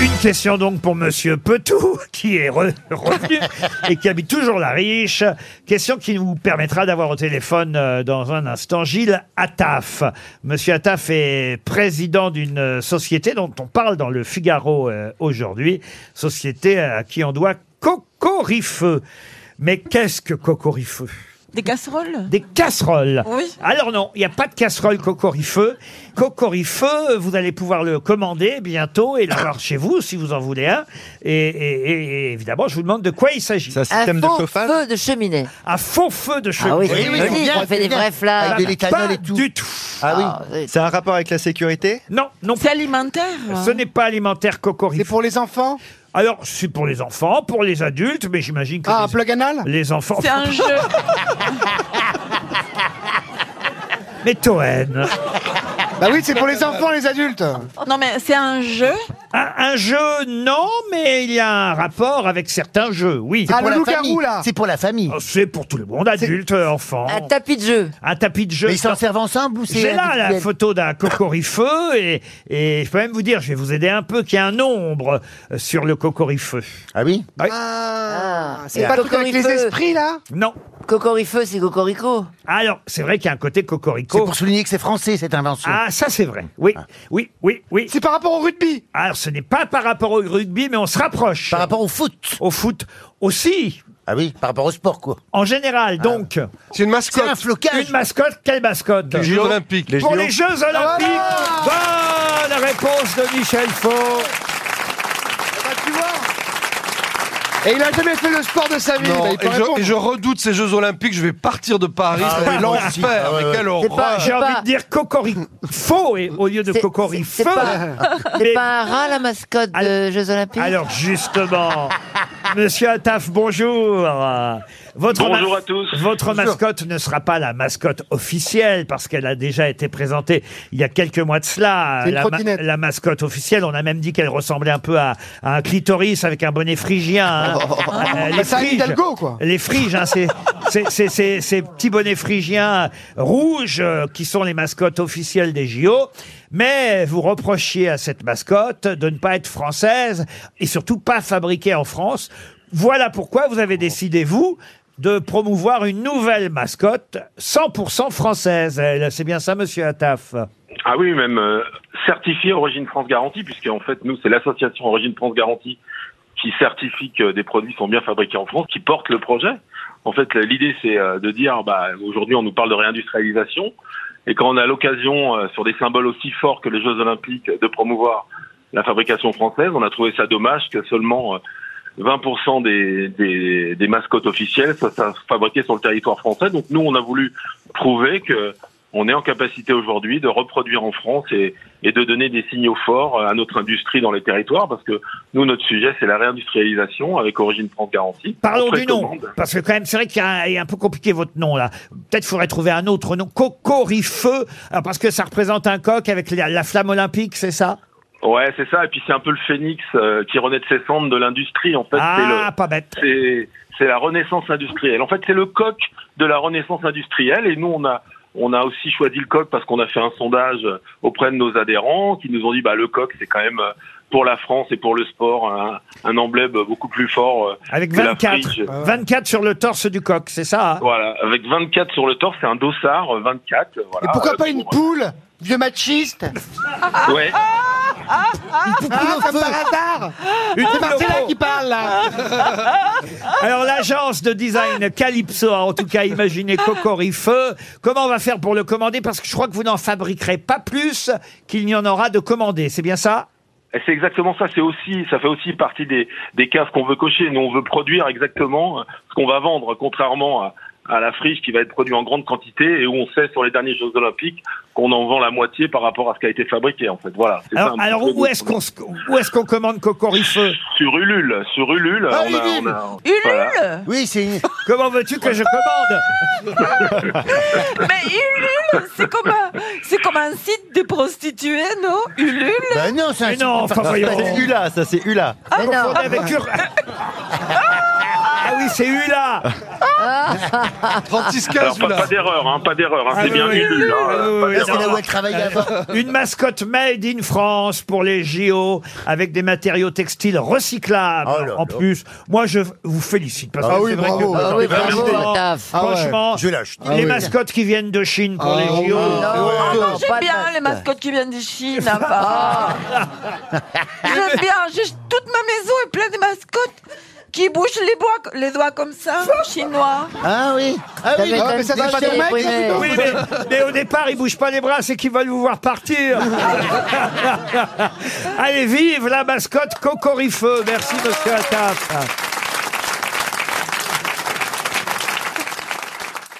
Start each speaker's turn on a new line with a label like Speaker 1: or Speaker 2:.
Speaker 1: Une question donc pour Monsieur Petou, qui est re- revenu et qui habite toujours la riche. Question qui nous permettra d'avoir au téléphone euh, dans un instant Gilles Attaf. Monsieur Attaf est président d'une euh, société dont on parle dans le Figaro euh, aujourd'hui, société euh, à qui on doit Cocorifeux. Mais qu'est-ce que Cocorifeux
Speaker 2: Des casseroles
Speaker 1: Des casseroles
Speaker 2: Oui.
Speaker 1: alors non, il n'y a pas de casserole cocorifeux. Cocorifeux, vous allez pouvoir le commander bientôt et l'avoir chez vous si vous en voulez un. Et, et- et- et évidemment, je vous demande de quoi il s'agit.
Speaker 3: C'est un système de
Speaker 4: faux
Speaker 3: chauffage
Speaker 4: feu de cheminée.
Speaker 1: Un faux feu de
Speaker 4: Ah
Speaker 1: cheminée.
Speaker 4: oui, c'est
Speaker 3: oui,
Speaker 4: magnifique,
Speaker 3: oui,
Speaker 4: on fait des vrais
Speaker 1: Ah,
Speaker 4: flammes.
Speaker 3: Avec de l'éthanol
Speaker 1: Pas
Speaker 3: et tout.
Speaker 1: du tout.
Speaker 3: Ah oui. C'est un rapport avec la sécurité
Speaker 1: Non, non.
Speaker 2: C'est alimentaire
Speaker 1: Ce n'est pas alimentaire cocorifeux.
Speaker 3: pour les enfants
Speaker 1: Alors, c'est pour les enfants, pour les adultes, mais j'imagine que les,
Speaker 3: Ah, plug anal
Speaker 1: les enfants.
Speaker 2: C'est un jeu
Speaker 1: Mais Toen,
Speaker 3: Bah oui, c'est pour les enfants, les adultes.
Speaker 2: Non mais c'est un jeu
Speaker 1: un, un jeu, non, mais il y a un rapport avec certains jeux, oui.
Speaker 3: Ah, le loup-garou, là
Speaker 5: C'est pour la famille.
Speaker 1: Oh, C'est pour tout le monde, adulte, enfant.
Speaker 4: Un tapis de jeu.
Speaker 1: Un tapis de jeu.
Speaker 5: Mais ils s'en servent ensemble ou c'est
Speaker 1: J'ai là la
Speaker 5: individuel
Speaker 1: photo d'un cocorifeux et, et je peux même vous dire, je vais vous aider un peu, qu'il y a un nombre euh, sur le cocorifeux.
Speaker 5: Ah oui
Speaker 3: Ah,
Speaker 4: Ah,
Speaker 3: c'est
Speaker 4: et
Speaker 3: pas le
Speaker 4: un
Speaker 3: truc avec les
Speaker 4: cocorifeux.
Speaker 3: esprits, là
Speaker 1: Non.
Speaker 4: Cocorifeux, c'est cocorico.
Speaker 1: Alors, c'est vrai qu'il y a un côté
Speaker 5: C'est
Speaker 1: cocorico.
Speaker 5: pour souligner que c'est français cette invention.
Speaker 1: Ah, ça c'est vrai. Oui, oui, oui, oui.
Speaker 3: C'est par rapport au rugby
Speaker 1: Alors, ce n'est pas par rapport au rugby, mais on se rapproche.
Speaker 5: Par rapport au foot.
Speaker 1: au foot aussi,
Speaker 5: Ah oui, par rapport au sport quoi.
Speaker 1: en général.
Speaker 5: Ah.
Speaker 1: Donc,
Speaker 5: C'est
Speaker 6: C'est une
Speaker 5: un
Speaker 6: mascotte.
Speaker 5: flocage.
Speaker 1: une mascotte, quelle mascotte
Speaker 6: Les Jeux Olympiques. Les
Speaker 1: Pour
Speaker 6: JO.
Speaker 1: les Jeux Olympiques,
Speaker 5: Ah,
Speaker 1: bonne réponse de Michel Faux.
Speaker 3: Bah, tu vois Et il a jamais fait le sport de sa vie
Speaker 6: Non,
Speaker 3: bah, il peut
Speaker 6: et,
Speaker 3: répondre.
Speaker 6: je, et je redoute ces Jeux Olympiques, je vais partir de Paris,
Speaker 5: Ah
Speaker 6: ça va
Speaker 5: ouais,
Speaker 6: être
Speaker 5: moi aussi.
Speaker 6: l'enfer,
Speaker 5: Ah ouais,
Speaker 6: mais quelle horreur.
Speaker 4: pas-
Speaker 1: J'ai
Speaker 4: C'est
Speaker 1: envie
Speaker 4: pas-
Speaker 1: de dire cocorifaux et- au lieu de
Speaker 4: C'est-
Speaker 1: cocorifeux.
Speaker 4: c'est- c'est pas-
Speaker 1: Mais-
Speaker 4: C'est pas un rat, la mascotte de Jeux Olympiques
Speaker 1: Alors justement, Monsieur Attaf, bonjour. Votre
Speaker 7: Bonjour
Speaker 1: ma-
Speaker 7: à tous.
Speaker 1: Votre mascotte ne sera pas la mascotte officielle parce qu'elle a déjà été présentée il y a quelques mois de cela.
Speaker 3: C'est une
Speaker 1: La, ma-
Speaker 3: trottinette.
Speaker 1: la mascotte officielle, on a même dit qu'elle ressemblait un peu à, à un clitoris avec un bonnet phrygien. hein. Euh,
Speaker 4: Ah,
Speaker 1: les
Speaker 3: Bah, c'est un
Speaker 1: phryges-
Speaker 3: Hidalgo, quoi.
Speaker 1: les friges, hein, c'est- c'est- c'est- c'est- ces petits bonnets phrygiens rouges euh, qui sont les mascottes officielles des JO. Mais vous reprochiez à cette mascotte de ne pas être française et surtout pas fabriquée en France. Voilà pourquoi vous avez décidé, vous, de promouvoir une nouvelle mascotte 100% française. Elle, C'est bien ça, monsieur Attaf
Speaker 7: Ah oui, même euh, certifié Origine France Garantie, puisque en fait, nous, c'est l'association Origine France Garantie qui certifie que des produits sont bien fabriqués en France, qui porte le projet. En fait, l'idée, c'est euh, de dire, bah, aujourd'hui, on nous parle de réindustrialisation, et quand on a l'occasion, euh, sur des symboles aussi forts que les Jeux Olympiques, de promouvoir la fabrication française, on a trouvé ça dommage que seulement euh, 20% des, des, des mascottes officielles soient fabriquées sur le territoire français. Donc, nous, on a voulu prouver que on est en capacité aujourd'hui de reproduire en France et, et de donner des signaux forts euh, à notre industrie dans les territoires, parce que nous, notre sujet, c'est la réindustrialisation avec Origine France Garantie.
Speaker 1: Parlons
Speaker 7: On
Speaker 1: du nom,
Speaker 7: précommande.
Speaker 1: parce que quand même, c'est vrai qu'il y a un- il est un peu compliqué votre nom là. Peut-être faudrait trouver un autre nom. Cocorifeux, alors, parce que ça représente un coq avec la, la flamme olympique, c'est ça
Speaker 7: Ouais, c'est ça. Et puis, c'est un peu le phénix euh, qui renaît de ses cendres de l'industrie. En fait, c'est le,
Speaker 1: Ah, pas bête.
Speaker 7: c'est c'est la renaissance industrielle. En fait, c'est le coq de la renaissance industrielle. Et nous, on a on a aussi choisi le coq parce qu'on a fait un sondage auprès de nos adhérents qui nous ont dit bah le coq c'est quand même euh, pour la France et pour le sport un, un emblème beaucoup plus fort. euh,
Speaker 1: Avec
Speaker 7: que la
Speaker 1: 24,
Speaker 7: frige.
Speaker 3: Ah.
Speaker 1: 24 sur le torse du coq, c'est ça hein
Speaker 7: Voilà, avec 24 sur le torse, c'est un dossard euh, 24. euh,
Speaker 3: Et
Speaker 7: Voilà,
Speaker 3: pourquoi
Speaker 6: Ah,
Speaker 7: Euh,
Speaker 3: pas une
Speaker 7: pour-
Speaker 3: poule Vieux machiste
Speaker 7: Ouais.
Speaker 3: Ah, comme par hasard
Speaker 1: Une
Speaker 3: C'est Marcella
Speaker 1: Loco.
Speaker 3: qui parle, là
Speaker 1: Alors l'agence de design Calypso a en tout cas imaginé Cocorifeux. Comment on va faire pour le commander Parce que je crois que vous n'en fabriquerez pas plus qu'il n'y en aura de commandés, c'est bien ça
Speaker 7: Et C'est exactement ça. C'est aussi, ça fait aussi partie des, des cases qu'on veut cocher. Nous, on veut produire exactement ce qu'on va vendre, contrairement à, à la friche qui va être produite en grande quantité et où on sait sur les derniers Jeux Olympiques qu'on en vend la moitié par rapport à ce qui a été fabriqué. En fait, voilà. C'est ça
Speaker 1: Alors,
Speaker 7: un petit
Speaker 1: alors,
Speaker 7: peu
Speaker 1: où
Speaker 7: notre-
Speaker 1: est-ce qu'on se- où est-ce qu'on commande Cocorifeux
Speaker 7: Sur Ulule, sur Ulule,
Speaker 5: Ah,
Speaker 7: on, a,
Speaker 5: Ulule
Speaker 7: on a-
Speaker 2: Ulule
Speaker 7: voilà.
Speaker 5: Oui, c'est une-
Speaker 1: Comment veux-tu que je commande
Speaker 2: Mais Ulule, c'est comme, un- c'est comme un site de prostituées, non Ulule
Speaker 5: Bah non, c'est un
Speaker 1: Mais non, enfin, voyons.
Speaker 3: c'est
Speaker 4: Ah,
Speaker 1: Ah,
Speaker 5: Ula, ça c'est Ula.
Speaker 4: Mais non,
Speaker 1: confondez avec Ur- Ah oui, c'est Hula
Speaker 6: 36
Speaker 7: Alors, pas, pas d'erreur, hein, pas d'erreur, hein,
Speaker 1: Ah
Speaker 7: c'est
Speaker 1: oui,
Speaker 7: bien
Speaker 1: oui, oui,
Speaker 7: Hulu.
Speaker 1: oui, oui,
Speaker 7: Hein, pas
Speaker 1: oui,
Speaker 7: d'erreur.
Speaker 5: C'est là où elle travaillait avant.
Speaker 1: Une mascotte made in France pour les JO avec des matériaux textiles recyclables
Speaker 5: Oh là
Speaker 1: en
Speaker 5: là.
Speaker 1: plus. Moi, je vous félicite parce
Speaker 3: Ah
Speaker 1: que
Speaker 3: oui,
Speaker 1: c'est vrai
Speaker 3: bravo.
Speaker 1: que
Speaker 3: Ah
Speaker 4: oui,
Speaker 1: franchement,
Speaker 4: bravo, la taf.
Speaker 3: Ah ouais.
Speaker 1: franchement,
Speaker 5: Je lâche.
Speaker 3: Ah
Speaker 1: les
Speaker 3: oui.
Speaker 1: mascottes qui viennent de Chine pour
Speaker 3: Ah
Speaker 1: les
Speaker 3: oui.
Speaker 1: JO.
Speaker 2: Ah non, j'aime
Speaker 4: pas
Speaker 2: bien
Speaker 4: de-
Speaker 2: les mascottes qui viennent de Chine. hein, pas- j'aime bien. j'ai- Toute ma maison est pleine de mascottes qui bougent les, bois, les doigts comme ça, chinois.
Speaker 5: Ah oui. Ah
Speaker 4: Ça
Speaker 5: oui.
Speaker 4: m'étonne
Speaker 3: Ah, mais ça, c'est
Speaker 4: pas hein.
Speaker 3: pas
Speaker 4: chez
Speaker 3: ton
Speaker 4: les
Speaker 3: mec,
Speaker 4: Brunets.
Speaker 1: Oui, mais, mais au départ, ils bougent pas les bras, c'est qu'ils veulent vous voir partir. Allez, vive la mascotte Cocorifeux. Merci, monsieur Attaf.